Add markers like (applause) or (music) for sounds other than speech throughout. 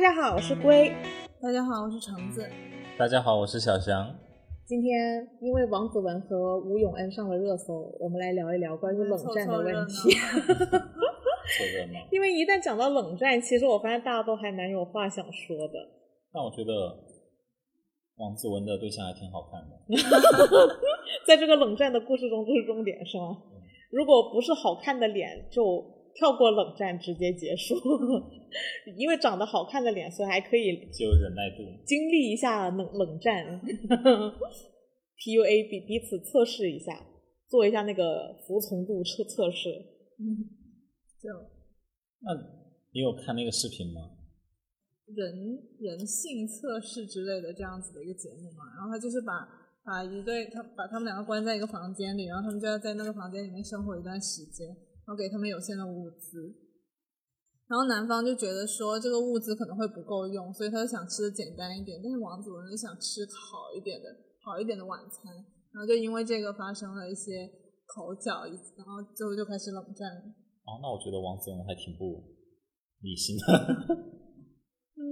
家好，我是龟。大家好，我是橙子。大家好，我是小翔。今天因为王子文和吴永恩上了热搜，我们来聊一聊关于嗯冷战的问题。 (laughs) (laughs) 凑热闹。因为一旦讲到冷战，其实我发现大家都还蛮有话想说的。但我觉得王子文的对象还挺好看的。在这个冷战的故事中，这是重点是吗？如果不是好看的脸，就跳过冷战直接结束。 (laughs) 因为长得好看的脸，所以还可以只有忍耐度。经历一下冷冷战 (laughs) ，PUA 比彼此测试一下，做一下那个服从度测测试。嗯，就那你有看那个视频吗？人人性测试之类的这样子的一个节目嘛，然后他就是把把一对他把他们两个关在一个房间里，然后他们就要在那个房间里面生活一段时间，然后给他们有限的物资，然后男方就觉得说这个物资可能会不够用，所以他就想吃的简单一点，但是王子文就想吃好一点的好一点的晚餐，然后就因为这个发生了一些口角，然后最后就开始冷战了。哦，那我觉得王子文还挺不理性的。 (laughs) 嗯，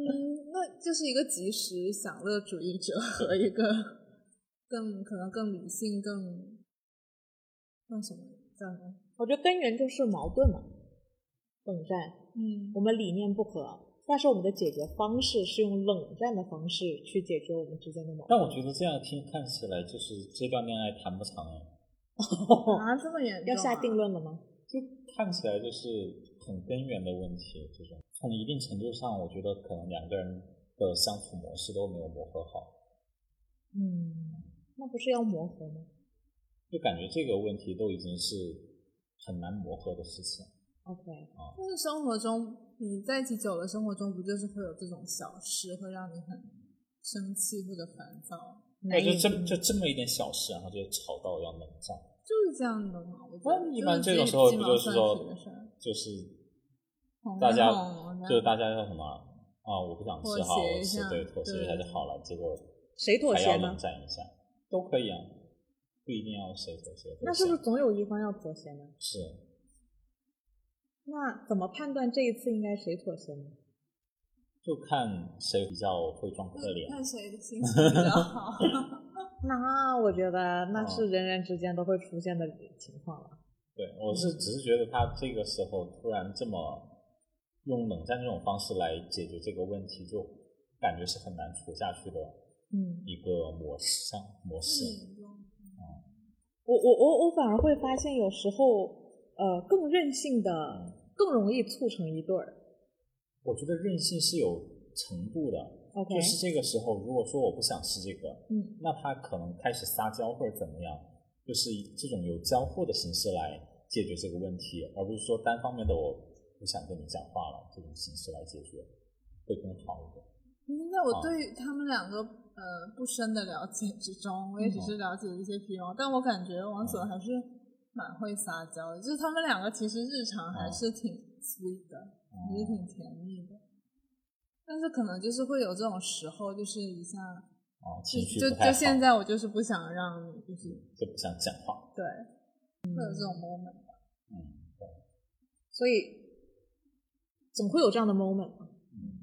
那就是一个及时享乐主义者和一个 (laughs) 更可能更理性、更更什么叫什么？我觉得根源就是矛盾嘛，冷战，嗯我们理念不合，但是我们的解决方式是用冷战的方式去解决我们之间的矛但盾。我觉得这样听看起来，就是这段恋爱谈不长哎，啊，这么严重、要下定？论了吗？就看起来就是很根源的问题。这种从一定程度上，我觉得可能两个人的相处模式都没有磨合好，嗯，那不是要磨合吗？就感觉这个问题都已经是很难磨合的事情。 OK，但是生活中你在一起久了，生活中不就是会有这种小事会让你很生气或者烦躁，哎难对，以就这就这么一点小事，然后就吵到要冷战。就是这样的嘛。我觉那得一般这这种时候鸡不毛就是蒜说皮的事儿，哦就是哄大一家哄然就是后大家叫什么啊？我不想吃，妥好，协我一吃下对，妥协一下对就好了。结果谁妥还协要冷呢？战一下，都可以啊，不一定要谁妥协。都那是不是总有一方要妥协呢？是那怎么判断这一次应该谁妥协呢？就看谁比较会装可怜？看谁的心情比较 (laughs) 好。那我觉得那哦是人人之间都会出现的情况了。对，我嗯是只是觉得他这个时候突然这么用冷战这种方式来解决这个问题，就感觉是很难处下去的嗯，一个模式上模式。嗯我我我我反而会发现，有时候呃更任性的嗯更容易促成一对儿。我觉得任性是有程度的， OK，就是这个时候，如果说我不想吃这个，嗯，那他可能开始撒娇或者怎么样，就是以这种有交互的形式来解决这个问题，而不是说单方面的我不想跟你讲话了这种形式来解决，会更好一点。嗯，那我啊对于他们两个呃不深的了解之中，我也只嗯是了解一些皮毛，但我感觉王子文还是蛮会撒娇的，就是他们两个其实日常哦还是挺 sweet 的，还是挺甜蜜的。但是可能就是会有这种时候，就是一下，啊，就情绪就不就太好，嗯现在我就是不想让你，就是就不想讲话。对，会有这种 moment。嗯，对，所以总会有这样的 moment 嘛。嗯，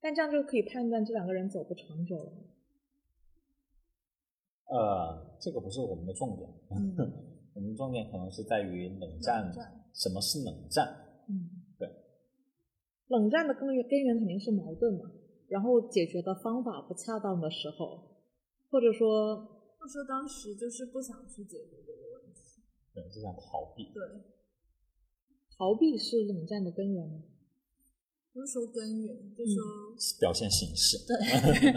但这样就可以判断这两个人走不长久了。呃，这个不是我们的重点，嗯我们重点可能是在于冷战，冷战什么是冷战？嗯，对。冷战的根源根源肯定是矛盾嘛，然后解决的方法不恰当的时候，或者说或者说当时就是不想去解决这个问题，对，就想逃避。对，逃避是冷战的根源吗？不是说根源，嗯就说表现形式。对，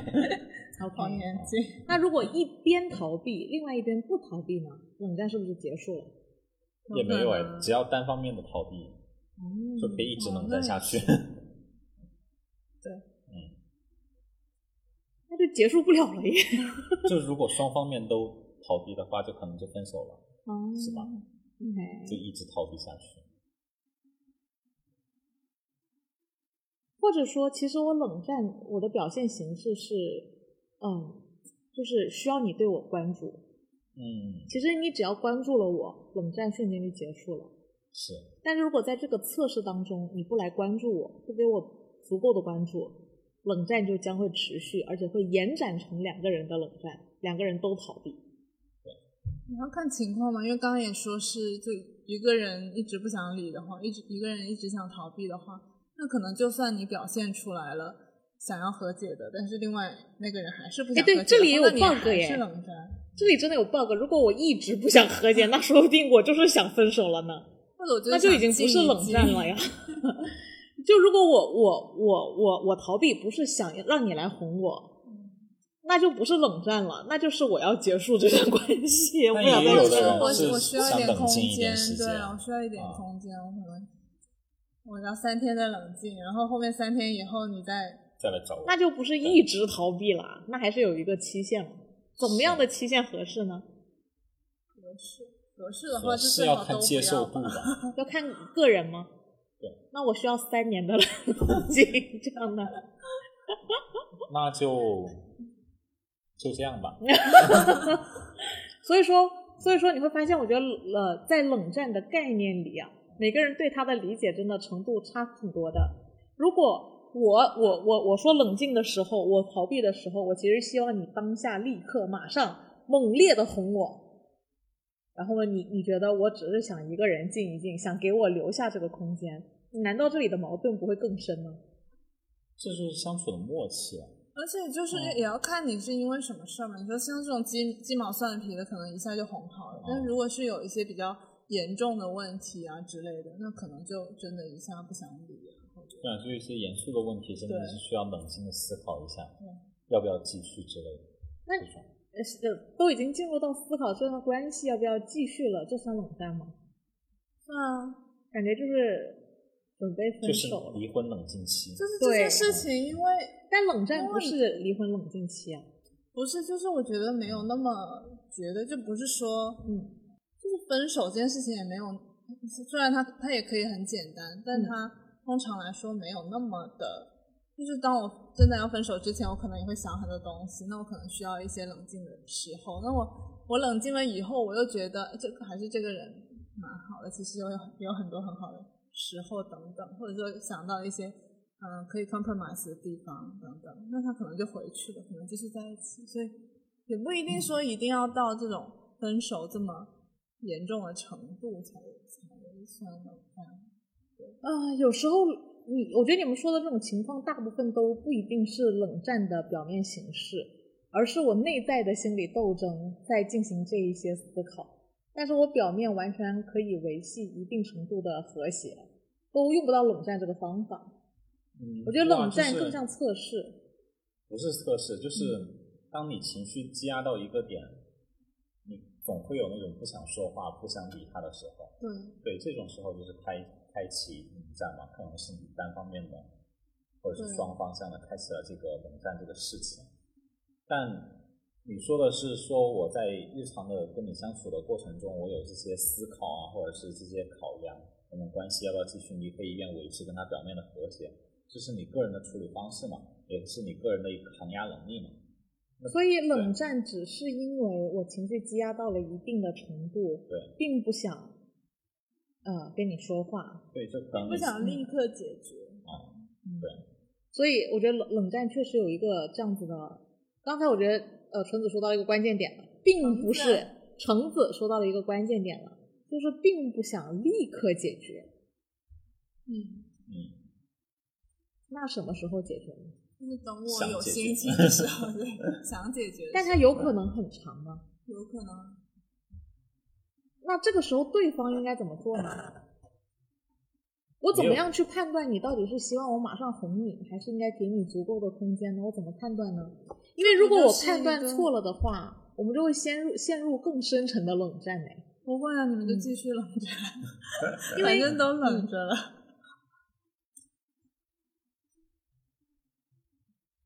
好年纪。嗯那如果一边逃避，另外一边不逃避呢？冷战是不是就结束了？也没有哎、嗯只要单方面的逃避，嗯哦就可以一直冷战下去。嗯那就结束不了了耶。就如果双方面都逃避的话，就可能就分手了， (laughs) 哦是吧？就 OK，一直逃避下去。或者说，其实我冷战我的表现形式是，嗯，就是需要你对我关注。嗯，其实你只要关注了我，冷战瞬间就结束了。是但是如果在这个测试当中你不来关注我，不给我足够的关注，冷战就将会持续，而且会延展成两个人的冷战，两个人都逃避。你要看情况嘛，因为刚刚也说是，就一个人一直不想理的话，一直一个人一直想逃避的话，那可能就算你表现出来了想要和解的，但是另外那个人还是不想哎和对解的话，这里也有那你 bug 还耶是冷战，这里真的有 bug，如果我一直不想和解，那说不定我就是想分手了呢。或者我就那就已经不是冷战了呀。呀。(laughs) 就如果我我我我我逃避不是想让你来哄我，那就不是冷战了，那就是我要结束这段关系，我那不想或也再这者有的说人样我是我需要一点想冷空静一间点时，对间啊，我需要一点啊空间，我可能我要三天再冷静，然后后面三天以后你再再来找我。那就不是一直逃避了，啊那还是有一个期限了。怎么样的期限合适呢？合适合适的话合就适最要好都看不接受要度吧。吧。要看个人吗？对。那我需要三年的 (laughs) 冷静，这样的。(laughs) 那就就这样吧。所以说，所以说你会发现，我觉得呃，在冷战的概念里啊，每个人对它的理解真的程度差挺多的。如果我我我我说冷静的时候，我逃避的时候，我其实希望你当下立刻马上猛烈的哄我。然后呢，你你觉得我只是想一个人静一静，想给我留下这个空间，难道这里的矛盾不会更深吗？这就是相处的默契啊。而且就是嗯也要看你是因为什么事儿嘛。你说像这种鸡鸡毛蒜皮的，可能一下就哄好了。但嗯如果是有一些比较严重的问题啊之类的，那可能就真的一下不想理了。对啊，就一些严肃的问题，真的对是需要冷静的思考一下嗯，要不要继续之类的。那这种呃是呃，都已经进入到思考这段关系要不要继续了，这算冷战吗？对啊，感觉就是准备分就是手了。离婚冷静期。就是这对件事情，因为但冷战因不为是离婚冷静期啊，不是就是我觉得没有那么觉得，就不是说嗯，就是分手这件事情也没有，虽然它它也可以很简单，但嗯它通常来说没有那么的，就是当我真的要分手之前，我可能也会想很多东西，那我可能需要一些冷静的时候。那我我冷静了以后，我又觉得这个还是这个人蛮好的，其实有有很多很好的时候等等，或者说想到一些嗯、呃可以 compromise 的地方等等，那他可能就回去了，可能继续在一起，所以也不一嗯定说一定要到这种分手这么严重的程度才才算冷战。啊，有时候你，我觉得你们说的这种情况，大部分都不一定是冷战的表面形式，而是我内在的心理斗争在进行这一些思考，但是我表面完全可以维系一定程度的和谐，都用不到冷战这个方法。嗯我觉得冷战更像哇就是测试，不是测试，就是当你情绪积压到一个点，你总会有那种不想说话、不想理他的时候。对，对，这种时候就是开开启冷战嘛，可能是你单方面的，或者是对双方向的开启了这个冷战这个事情。但你说的是说我在日常的跟你相处的过程中，我有这些思考啊，或者是这些考量，我们关系要不要继续你可以愿维持跟他表面的和谐，这是你个人的处理方式嘛，也是你个人的一个抗压能力嘛。所以冷战只是因为我情绪积压到了一定的程度，对并不想呃跟你说话，对，这可能不你想立刻解决。嗯啊，所以我觉得冷冷战确实有一个这样子的。刚才我觉得呃纯子说到一个关键点了，并不橙是子橙子说到了一个关键点了，就是并不想立刻解决。嗯，嗯，那什么时候解决呢？就是等我想有解决心情的时候，对， (laughs) 想解决的时候。但它有可能很长啊吗？有可能那这个时候对方应该怎么做呢？我怎么样去判断你到底是希望我马上哄你，还是应该给你足够的空间呢？我怎么判断呢？因为如果我判断错了的话，我们就会陷入陷入更深沉的冷战哎。不会啊，你们就继续冷 (laughs) 着，因反为正都冷着了。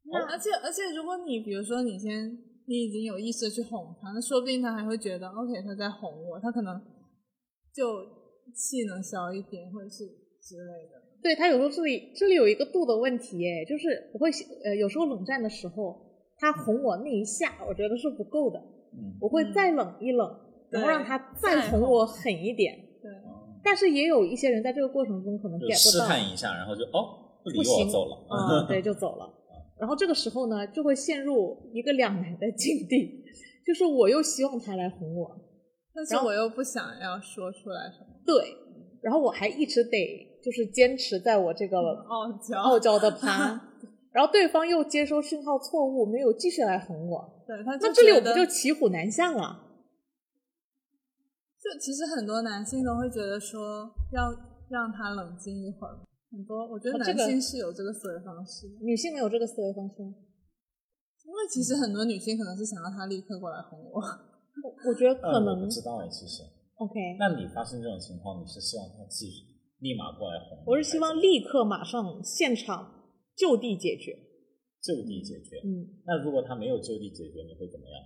那哦而且而且，如果你比如说你先你已经有意识的去哄他，那说不定他还会觉得 OK，他在哄我，他可能就气能消一点，或者是之类的。对他有时候这里这里有一个度的问题哎，就是我会呃有时候冷战的时候，他哄我那一下，我觉得是不够的，嗯，我会再冷一冷，然后对让他再再哄哄我狠一点。对，嗯但是也有一些人在这个过程中可能就 get 试不到，探一下，然后就哦，不理不我行走了。嗯啊，对，就 (laughs) 走了。然后这个时候呢，就会陷入一个两难的境地，就是我又希望他来哄我，但是我又不想要说出来什么对，然后我还一直得就是坚持在我这嗯个哦傲娇，傲娇的 (laughs) 趴，然后对方又接收信号错误，没有继续来哄我，对他就那这里我觉不得就骑虎难下了？就其实很多男性都会觉得说要让他冷静一会儿，很多我觉得哦这男个性是有这个思维方式的，女性没有这个思维方式吗，因为其实很多女性可能是想要他立刻过来哄我，我我觉得可嗯我能不知道哎，其实。 OK。那你发生这种情况，你是希望他继续立马过来哄你？我是希望立刻马上现场就地解决。就地解决。嗯，那如果他没有就地解决，你会怎么样？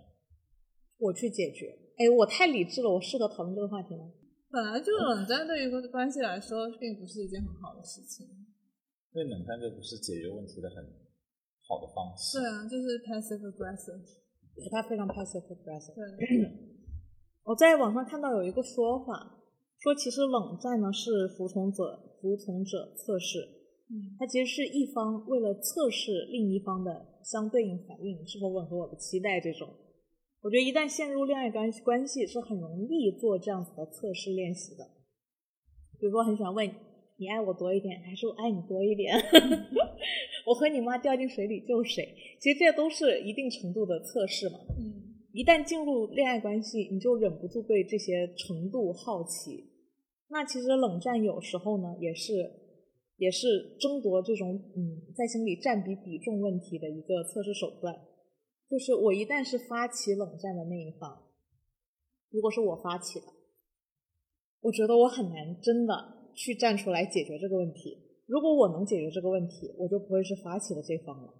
我去解决。哎，我太理智了，我适合讨论这个话题吗？本来就哦冷战对于关关系来说并不是一件很好的事情。因为冷战这不是解决问题的很好的方式。对啊，就是 passive aggressive。他非常 passive (clears throat) aggressive。对，我在网上看到有一个说法，说其实冷战呢是服从者服从者测试，嗯，它其实是一方为了测试另一方的相对应反应是否吻合我的期待这种。我觉得一旦陷入恋爱关系关系是很容易做这样子的测试练习的，比如说很喜欢问你你爱我多一点还是我爱你多一点， (laughs) 我和你妈掉进水里救谁，其实这都是一定程度的测试嘛。嗯，一旦进入恋爱关系，你就忍不住对这些程度好奇。那其实冷战有时候呢，也是也是争夺这种嗯在心里占比比重问题的一个测试手段。就是我一旦是发起冷战的那一方，如果是我发起的，我觉得我很难真的去站出来解决这个问题。如果我能解决这个问题，我就不会是发起的这方了。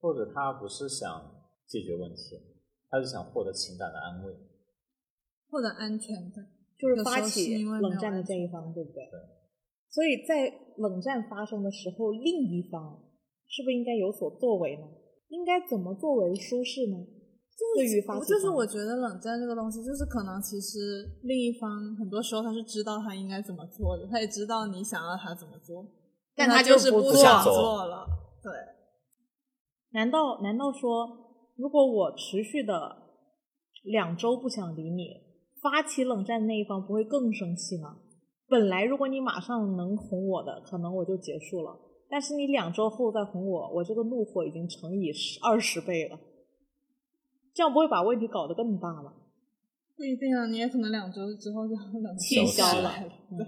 或者他不是想解决问题，他是想获得情感的安慰。或者安全感。就是发有时候是起因为没有冷战的这一方，对不对？所以在冷战发生的时候，另一方是不是应该有所作为呢？应该怎么作为舒适呢？对于发起我就是方我觉得冷战这个东西，就是可能其实另一方很多时候他是知道他应该怎么做的，他也知道你想要他怎么做，但他他就就是是不不想做做了。对，难道难道说，如果我持续的两周不想理你，发起冷战那一方不会更生气吗？本来如果你马上能哄我的，可能我就结束了。但是你两周后再哄我，我这个怒火已经乘以十二十倍了，这样不会把问题搞得更大吗？不一定啊，你也可能两周之后就冷气消消了嗯，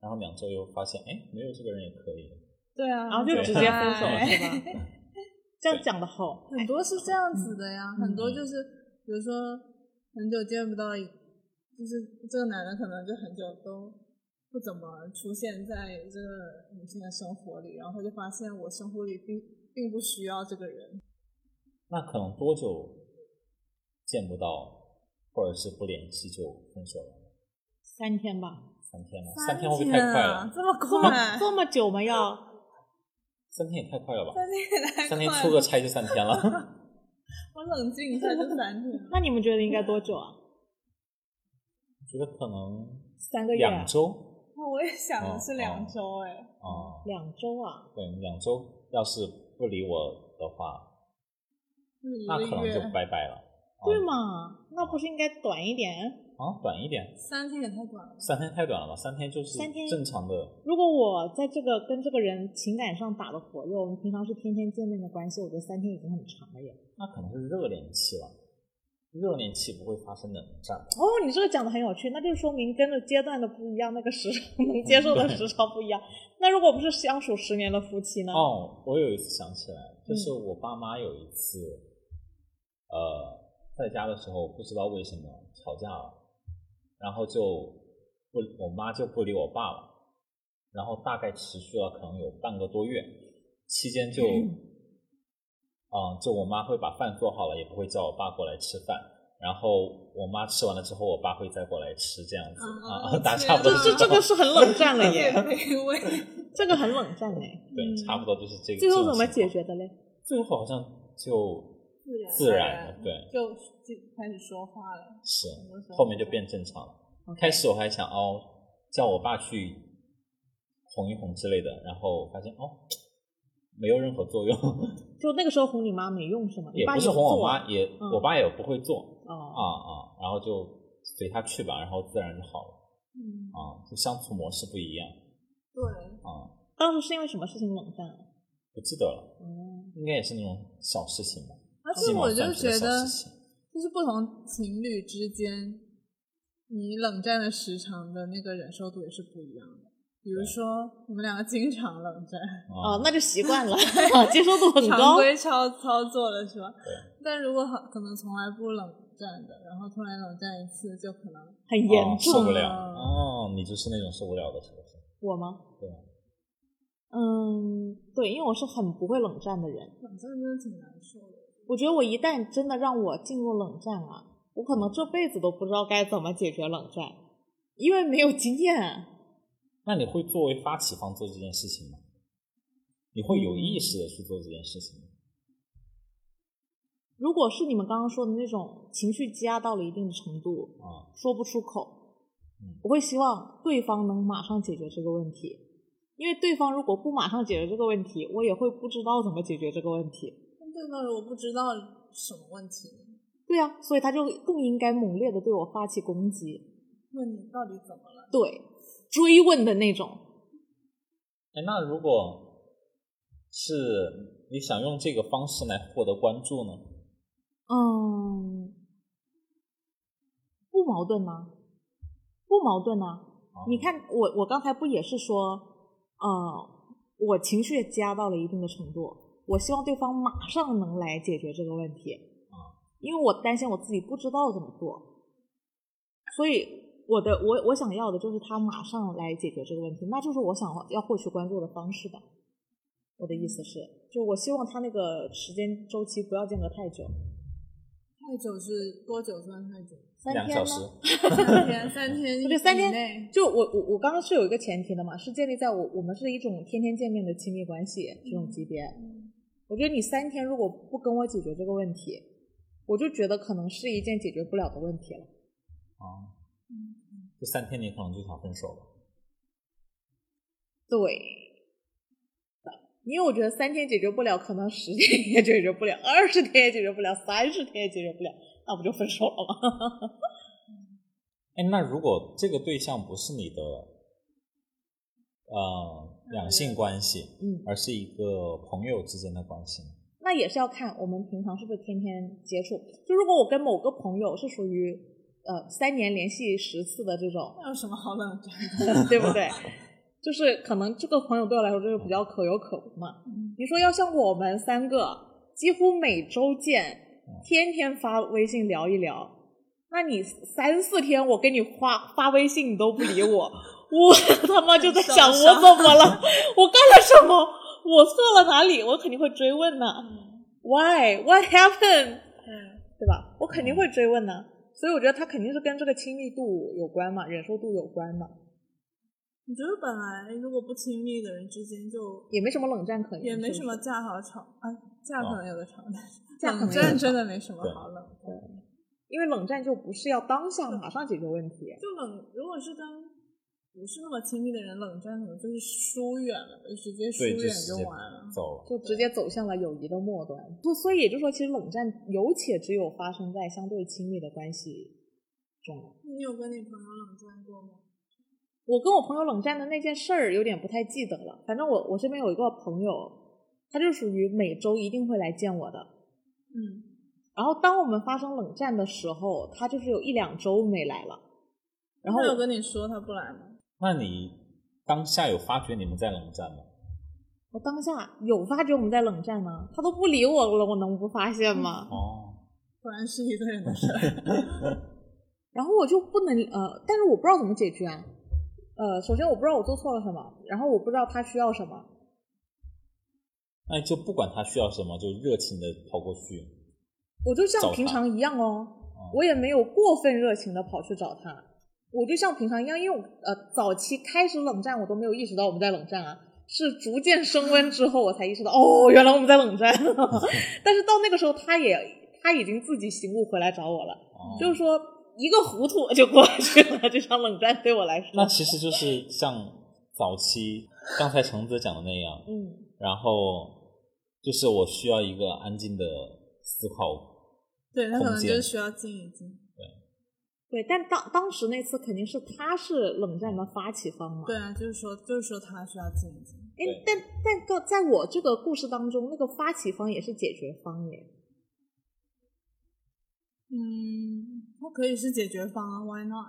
然后两周又发现，哎，没有这个人也可以。对啊，然后就对直接分手了，哎是 (laughs) 吧？这样讲的好，很多是这样子的呀，嗯很多就是比如说很久见不到一，就是这个男的可能就很久都不怎么出现在这个女性的生活里，然后就发现我生活里并并不需要这个人，那可能多久见不到，或者是不联系就分手了？三天吧，三天吗？三三天会不会太快啊了？嗯这么这快么，这么久吗？要三天也太快了吧？三天也太快了，三天出个差就三天了。 (laughs) 我冷静一下就三天哦了，那你们觉得应该多久啊？觉得可能三个月啊？两周我也想的是哦两周哎、啊、两周啊？对，两周要是不理我的话，就是一那可个能就月，拜拜了。对嘛？那不是应该短一点？啊，短一点，三天也太短了，三天太短了吧？三天就是三天正常的。如果我在这个跟这个人情感上打的火热，我们平常是天天见面的关系，我觉得三天已经很长了耶。那可能是热恋期了，热恋期不会发生冷战吧。哦，你这个讲的很有趣，那就说明跟着阶段的不一样，那个时长能接受的时长不一样。那如果不是相处十年的夫妻呢？哦，我有一次想起来，嗯就是我爸妈有一次，呃，在家的时候不知道为什么吵架了，然后就不，我妈就不理我爸了，然后大概持续了可能有半个多月，期间就，嗯、就我妈会把饭做好了，也不会叫我爸过来吃饭。然后我妈吃完了之后，我爸会再过来吃，这样子啊啊， (laughs) 打这差不多样这这个是很冷战了 (laughs) 也耶，卑微。这个很冷战嘞。对，嗯差不多就是这个。最后这种怎么情解况？决的嘞？最后好像就自自然然了了，对就就开始说话了，是很多时候后面就变正常了。开始我还想哦，叫我爸去哄一哄之类的，然后发现哦，没有任何作用，就那个时候哄你妈没用是吗？你也爸不是有哄我做妈，也、嗯我爸也不会做啊哦，啊，然后就随他去吧，然后自然就好了嗯，啊，就相处模式不一样对，啊，当时是因为什么事情冷战？啊不记得了，哦，应该也是那种小事情吧，而且鸡毛我就蒜皮觉的小得事，情。就是不同情侣之间，你冷战的时长的那个忍受度也是不一样的。比如说，你们两个经常冷战，哦啊，，那就习惯 (laughs) 了，啊接受度很常高。规操操作了是吧？对。但如果很可能从来不冷战的，然后突然冷战一次，就可能很严哦重、受不了啊哦，你就是那种受不了的，是不是？我吗？对啊嗯，对，因为我是很不会冷战的人。冷战真的挺难受的。我觉得我一旦真的让我进入冷战啊，我可能这辈子都不知道该怎么解决冷战，因为没有经验。那你会作为发起方做这件事情吗？你会有意识的去做这件事情吗？如果是你们刚刚说的那种情绪积压到了一定的程度，啊，说不出口嗯，我会希望对方能马上解决这个问题，因为对方如果不马上解决这个问题，我也会不知道怎么解决这个问题。但对方如果不知道什么问题呢，对啊，所以他就更应该猛烈的对我发起攻击，问你到底怎么了？对，追问的那种。哎，那如果是你想用这个方式来获得关注呢？嗯，不矛盾吗？不矛盾啊！啊你，看我，我刚才不也是说，呃，我情绪积压到了一定的程度，我希望对方马上能来解决这个问题，啊，因为我担心我自己不知道怎么做，所以我的我我想要的就是他马上来解决这个问题，那就是我想要获取关注的方式吧。我的意思是，嗯就我希望他那个时间周期不要间隔太久，太久是多久算太 (laughs) 久？三两个天小呢？时， (laughs) 三天，三天，我觉得三天内，就我我我刚刚是有一个前提的嘛，是建立在我我们是一种天天见面的亲密关系这种级别。嗯我觉得你三天如果不跟我解决这个问题，我就觉得可能是一件解决不了的问题了。啊，嗯这三天你可能就想分手了。对。因为我觉得三天解决不了，可能十天也解决不了，二十天也解决不了，三十天也解决不了，那不就分手了吗？ (laughs) 哎，那如果这个对象不是你的呃两性关系，嗯，而是一个朋友之间的关系呢？那也是要看我们平常是不是天天接触。就如果我跟某个朋友是属于呃三年联系十次的这种，那有什么好冷战？对不对？就是可能这个朋友对我来说就是比较可有可无嘛。嗯你说要像我们三个几乎每周见嗯，天天发微信聊一聊，那你三四天我给你发发微信你都不理我， (laughs) 我他妈就在想我受伤怎么了，我干了什么，我错了哪里，我肯定会追问呢、Why? What happened? 嗯，对吧？我肯定会追问呢、所以我觉得他肯定是跟这个亲密度有关嘛，忍受度有关嘛。你觉得本来如果不亲密的人之间就也没什么冷战可言，也没是什不么是架好吵啊，架可能有的吵，但是 (laughs) 架可冷能有的战吵真的没什么对好冷战。因为冷战就不是要当下马上解决问题，就冷，如果是跟不是那么亲密的人冷战，可能就是疏远了，就直接疏对，就远直就接完了。走了。就直接走向了友谊的末端。不，所以也就是说，其实冷战有且只有发生在相对亲密的关系中。你有跟你朋友冷战过吗？我跟我朋友冷战的那件事儿有点不太记得了，反正我我身边有一个朋友，他就属于每周一定会来见我的。嗯，然后当我们发生冷战的时候，他就是有一两周没来了。然后他有我跟你说他不来吗？那你当下有发觉你们在冷战吗？我当下有发觉我们在冷战吗？他都不理我了，我能不发现 (laughs) 吗？哦，果然是一个人的事 (laughs) 儿。然后我就不能呃，但是我不知道怎么解决啊。呃，首先我不知道我做错了什么，然后我不知道他需要什么，那就不管他需要什么，就热情的跑过去。我就找像他平常一样哦，哦我也没有过分热情的跑去找他，我就像平常一样，因为我呃早期开始冷战，我都没有意识到我们在冷战啊，是逐渐升温之后，我才意识到哦，原来我们在冷战。 (laughs) 但是到那个时候，他也他已经自己醒悟回来找我了，哦就是说一个糊 (laughs) 涂就过去了，这场冷战对我来说，那其实就是像早期刚才橙子讲的那样，嗯然后就是我需要一个安静的思考。对他可能空就是间需要静一静。对，但当当时那次肯定是他是冷战的发起方嘛。对啊，就是说，就是说他需要静一静。哎对，但但个在我这个故事当中，那个发起方也是解决方耶。嗯，他可以是解决方案，Why not？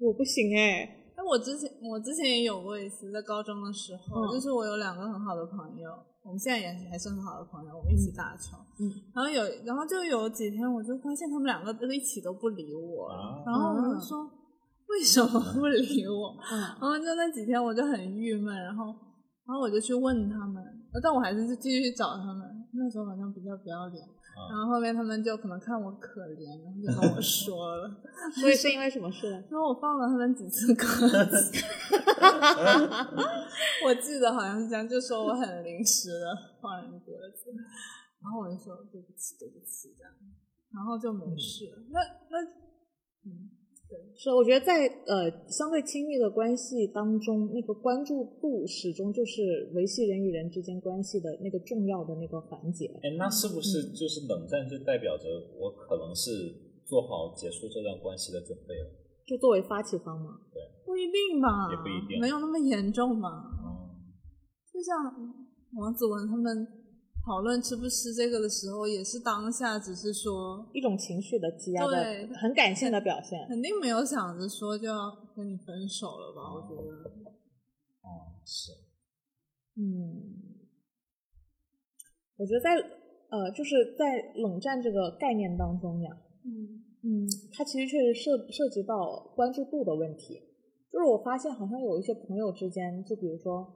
我不行哎，但我之前我之前也有过一次，在高中的时候，嗯就是我有两个很好的朋友，我们现在也还是很好的朋友，我们一起打球。嗯，然后有，然后就有几天，我就发现他们两个都一起都不理我，啊然后我就说、为什么不理我？嗯然后就那几天我就很郁闷，然后然后我就去问他们，呃但我还是继续去找他们。那时候好像比较不要脸，嗯然后后面他们就可能看我可怜，然后就 (laughs) 跟我说了。啊所以是因为什么事呢？然后我放了他们几次鸽子， (laughs) 我记得好像是这样，就说我很临时的放人鸽子，然后我就说对不起，对不起这样，然后就嗯没事了。那那嗯，是我觉得在呃相对亲密的关系当中，那个关注度始终就是维系人与人之间关系的那个重要的那个环节。哎，那是不是就是冷战就代表着我可能是做好结束这段关系的准备了？就作为发起方嘛，不一定吧，也不一定没有那么严重吧。嗯，就像王子文他们讨论吃不吃这个的时候，也是当下只是说一种情绪的积压的对，很感性的表现。肯定没有想着说就要跟你分手了吧？我觉得，哦，是，嗯，我觉得在呃，就是在冷战这个概念当中呀，嗯嗯，它其实确实涉涉及到关注度的问题。就是我发现好像有一些朋友之间，就比如说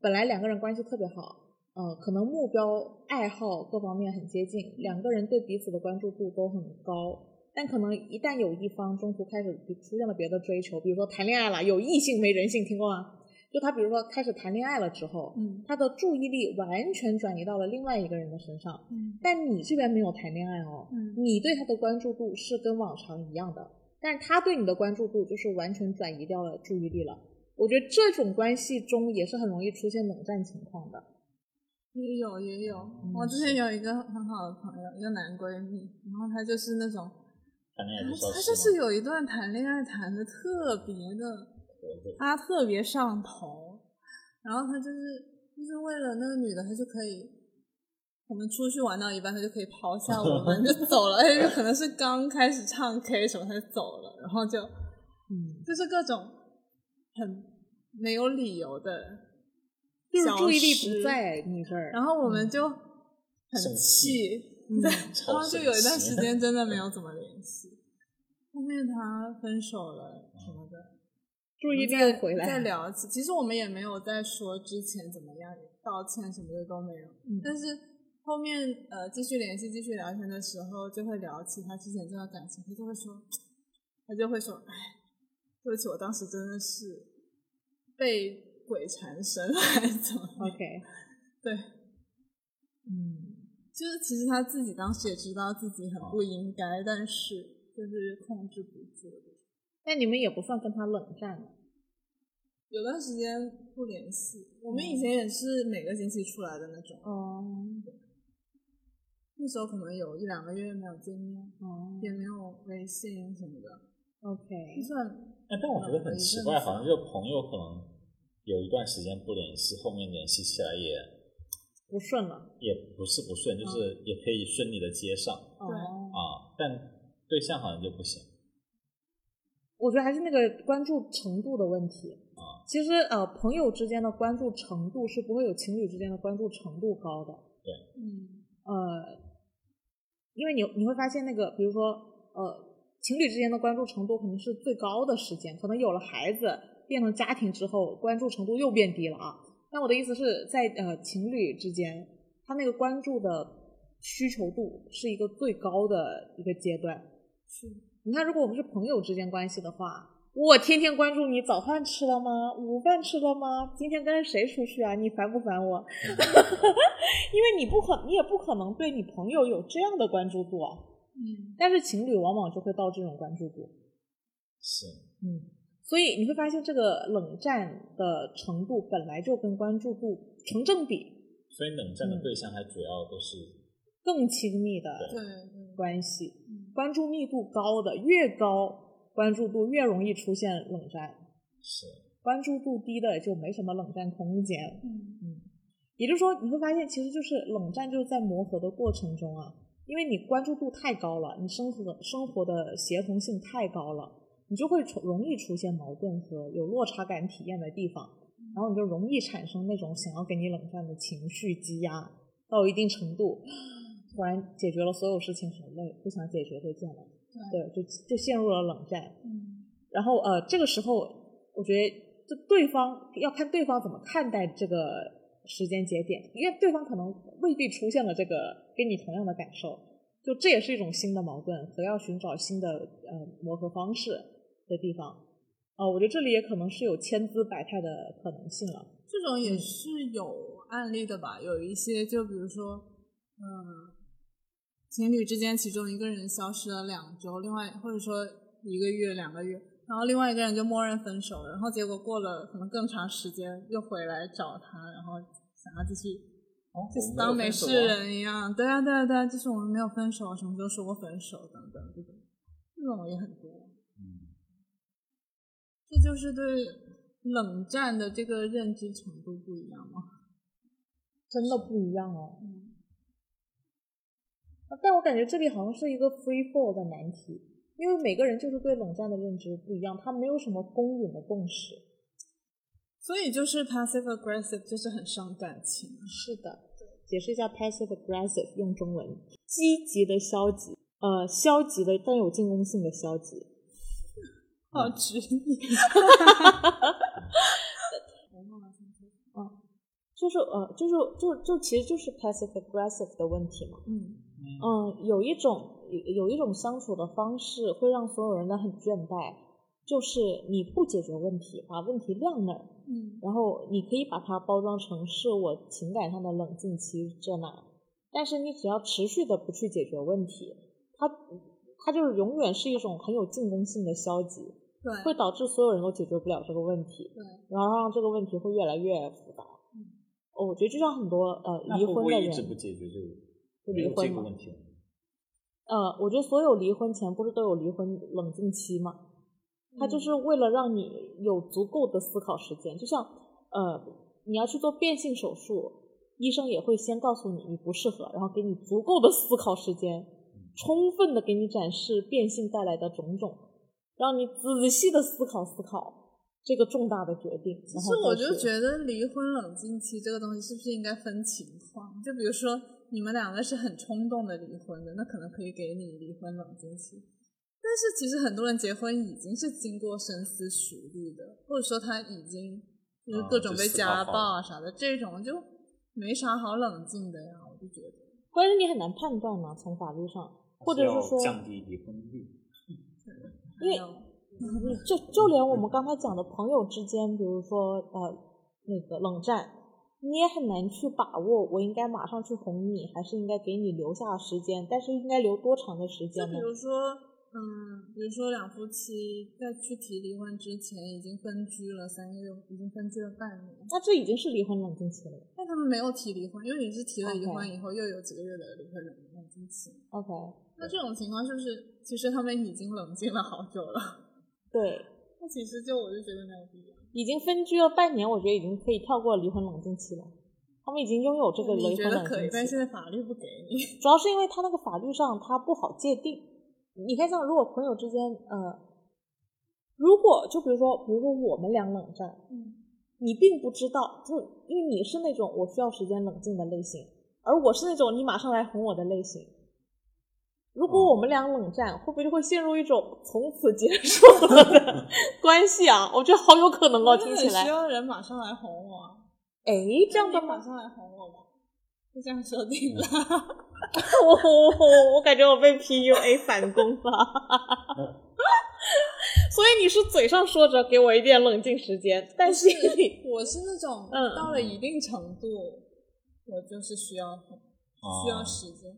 本来两个人关系特别好，呃，可能目标、爱好各方面很接近，两个人对彼此的关注度都很高，但可能一旦有一方中途开始比出现了别的追求，比如说谈恋爱了，有异性没人性，听过吗？就他比如说开始谈恋爱了之后，嗯他的注意力完全转移到了另外一个人的身上，嗯但你这边没有谈恋爱哦，嗯你对他的关注度是跟往常一样的，但是他对你的关注度就是完全转移掉了注意力了。我觉得这种关系中也是很容易出现冷战情况的。也有也有。嗯我之前有一个很好的朋友，一个男闺蜜，然后他就是那种，谈恋爱他就消啊他失就是了。有一段谈恋爱谈的特别的，对对他特别上头，然后他就是就是为了那个女的，他就可以，我们出去玩到一半，他就可以抛下我们就走了，而且就可能是刚开始唱 K 什么，他就走了，然后就嗯，就是各种很没有理由的，就是注意力不。在你这儿。然后我们就嗯生很气气，嗯对，超然后就有一段生气时间真的没有怎么联系，后面他分手了什么的。注意力再回来。再聊一次。其实我们也没有在说之前怎么样道歉什么的都没有，嗯但是后面呃继续联系、继续聊天的时候，就会聊起他之前这段感情，他就会说，他就会说，哎，对不起，我当时真的是被鬼缠身还是怎么样？ OK， (laughs) 对，嗯，就是其实他自己当时也知道自己很哦不应该，但是就是控制不住。那你们也不算跟他冷战了。有段时间不联系，我嗯们以前也是每个星期出来的那种，哦那时候可能有一两个月没有见面，哦也没有微信什么的， ，OK，就算哎，但我觉得很奇怪，嗯好像就是朋友可能有一段时间不联系，后面联系起来也不顺了。也不是不顺，就是也可以顺利的接上哦，啊，但对象好像就不行。我觉得还是那个关注程度的问题。啊其实呃，朋友之间的关注程度是不会有情侣之间的关注程度高的。嗯呃，因为你你会发现那个，比如说呃，情侣之间的关注程度可能是最高的时间，可能有了孩子变成家庭之后，关注程度又变低了啊。但我的意思是在呃情侣之间，他那个关注的需求度是一个最高的一个阶段。是你看，如果我们是朋友之间关系的话，我天天关注你早饭吃了吗？午饭吃了吗？今天跟谁出去啊？你烦不烦我？ (laughs) 因为你不可，你也不可能对你朋友有这样的关注度啊。嗯但是情侣往往就会到这种关注度，是，嗯，所以你会发现这个冷战的程度本来就跟关注度成正比，所以冷战的对象还主要都是更亲密的对，嗯关系，嗯关注密度高的越高，关注度越容易出现冷战，是关注度低的就没什么冷战空间。嗯也就是说，你会发现，其实就是冷战就是在磨合的过程中啊，因为你关注度太高了，你生活生活的协同性太高了，你就会出容易出现矛盾和有落差感体验的地方，然后你就容易产生那种想要给你冷战的情绪积压到一定程度，突然解决了所有事情好累，不想解决这件了，对，就就陷入了冷战。嗯然后呃，这个时候我觉得就对方要看对方怎么看待这个时间节点，因为对方可能未必出现了这个跟你同样的感受，就这也是一种新的矛盾和要寻找新的呃磨合方式的地方。啊、我觉得这里也可能是有千姿百态的可能性了。这种也是有案例的吧？有一些就比如说，嗯，情侣之间其中一个人消失了两周，另外或者说一个月、两个月，然后另外一个人就默认分手了，然后结果过了可能更长时间又回来找他，然后想要继续哦就是当没事人一样。对啊，对啊，对啊，就是我们没有分手，什么时候说过分手等等这种，这种也很多。嗯，这就是对冷战的这个认知程度不一样嘛。真的不一样哦，啊嗯，但我感觉这里好像是一个 free fall 的难题，因为每个人就是对冷战的认知不一样，他没有什么公允的共识。所以就是 passive aggressive 就是很伤感情。是的，解释一下 passive aggressive 用中文，积极的消极，呃，消极的但有进攻性的消极。好直译。就是呃，就是就就其实就是 passive aggressive 的问题嘛。嗯嗯，有一种有有一种相处的方式会让所有人都很倦怠，就是你不解决问题，把问题晾那儿，嗯然后你可以把它包装成是我情感上的冷静期这那，但是你只要持续的不去解决问题，它它就是永远是一种很有进攻性的消极，对，会导致所有人都解决不了这个问题，对然后让这个问题会越来越复杂。嗯哦我觉得就像很多呃那离会不婚会的一直不人，解决就就没有离婚这个嘛问题了？呃，我觉得所有离婚前不是都有离婚冷静期吗？它就是为了让你有足够的思考时间。就像呃，你要去做变性手术，医生也会先告诉你你不适合，然后给你足够的思考时间，充分的给你展示变性带来的种种，让你仔细的思考思考这个重大的决定。其然实后我再就去觉得离婚冷静期这个东西是不是应该分情况？就比如说你们两个是很冲动的离婚的，那可能可以给你离婚冷静期。但是其实很多人结婚已经是经过深思熟虑的，或者说他已经就是各种被家暴啊啥的，这种就没啥好冷静的呀，我就觉得。关键是你很难判断嘛，从法律上，或者还是要说降低离婚率，因为还有嗯就就连我们刚才讲的朋友之间，比如说呃那个冷战，你也很难去把握，我应该马上去哄你，还是应该给你留下时间？但是应该留多长的时就间比呢？如说，嗯，比如说两夫妻在去提离婚之前已经分居了三个月，已经分居了半年。那这已经是离婚冷静期了。但他们没有提离婚，因为你是提了离 OK 婚以后又有几个月的离婚冷静期。 OK，那这种情况是不是其实他们已经冷静了好久了？ (laughs) 对，那其实就我就觉得没有必要。已经分居了半年，我觉得已经可以跳过离婚冷静期了。他们已经拥有这个你离觉婚得冷可以，静但期现，在法律不给你。主要是因为他那个法律上他不好界定。你看，像如果朋友之间，呃，如果就比如说，比如说我们俩冷战， (laughs) 嗯你并不知道，就因为你是那种我需要时间冷静的类型，而我是那种你马上来哄我的类型。如果我哦们俩冷战，会不会就会陷入一种从此结束了的 (laughs) 关系啊？我觉得好有可能哦，听起来需。要人马上来哄我啊，哎， (laughs) 这样的你马吗？ (laughs) 嗯上来哄我吧，就这样设定了。我我我我感觉我被 PUA 反攻了。哦 (laughs) 所以你是嘴上说着给我一点冷静时间，但 (laughs) 是不是我是那种嗯到了一定程度，我就是需要哄需要哦时间，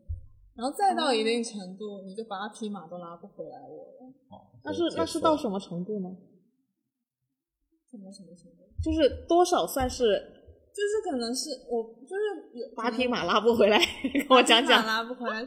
然后再哦到一定程度，你就把他匹马都拉不回来我了。哦那可以是接那是受到什么程度呢？什么什么什么，就是多少算是就是可能是我就是有八匹马拉不回来，跟我讲马讲。拉不回来，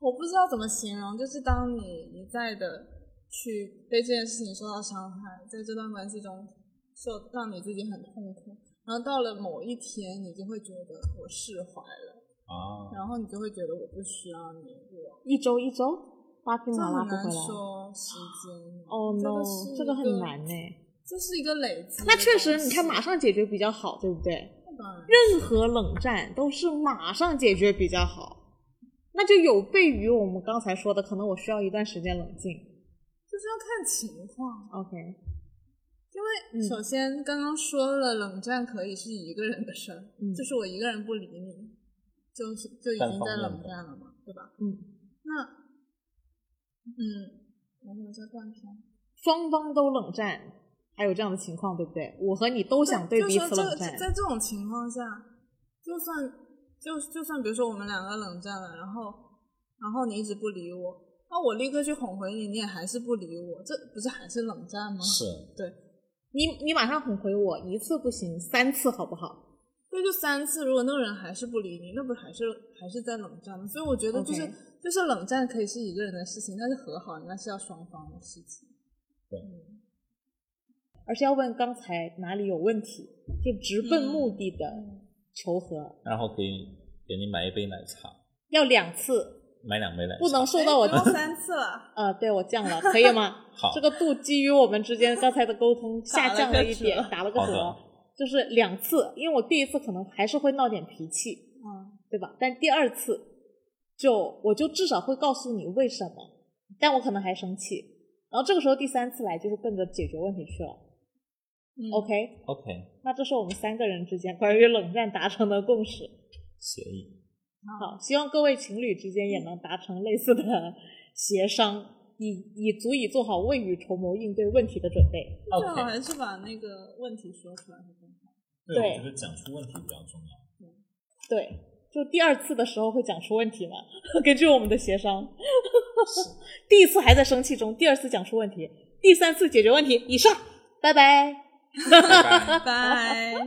我不知道怎么形容，就是当你一再的去被这件事情受到伤害，在这段关系中受让你自己很痛苦，然后到了某一天，你就会觉得我释怀了，啊，然后你就会觉得我不需要你，我一周一周，八匹这马拉很不回难来。说时间。哦、no，这这个个是一很难呢、这是一个累积的东西。那确实，你看马上解决比较好，对不对？当然任何冷战都是马上解决比较好，那就有悖于我们刚才说的，可能我需要一段时间冷静。就是要看情况。 OK，因嗯为首先刚刚说了，冷战可以是一个人的事儿，嗯就是我一个人不理你，就是就已单经方在面冷的战了嘛，对吧？嗯，那，嗯，我有在断片，双方都冷战，还有这样的情况，对不对？我和你都想对就彼说此这个冷战，在这种情况下，就算就就算比如说我们两个冷战了，然后然后你一直不理我，那我立刻去哄回你，你也还是不理我，这不是还是冷战吗？是对，你你马上哄回我一次不行，三次好不好？对，就三次，如果那个人还是不理你，那不还是还是在冷战吗？所以我觉得就是 OK 就是冷战可以是一个人的事情，但是和好应该是要双方的事情。对嗯而且要问刚才哪里有问题，就直奔嗯目的的求和，然后给给你买一杯奶茶，要两次，买两杯奶茶，不能受到 (laughs) 我哎的不 (laughs) 用三次了，呃，对我降了，可以吗？ (laughs) 好这个度基于我们之间刚才的沟通下降了一点，打了个好折的，就是两次，因为我第一次可能还是会闹点脾气，嗯，对吧？但第二次就我就至少会告诉你为什么，但我可能还生气，然后这个时候第三次来就是奔着解决问题去了。嗯 OK， OK 那这是我们三个人之间关于冷战达成的共识。协议，好，希望各位情侣之间也能达成类似的协商，以以足以做好未雨绸缪应对问题的准备。最好 OK 还是把那个问题说出来会更 (laughs) 好。对，对我觉得讲出问题比较重要。对，就第二次的时候会讲出问题嘛， (laughs) 根据我们的协商。 (laughs) 第一次还在生气中，第二次讲出问题，第三次解决问题。以上，拜拜。拜拜。拜拜。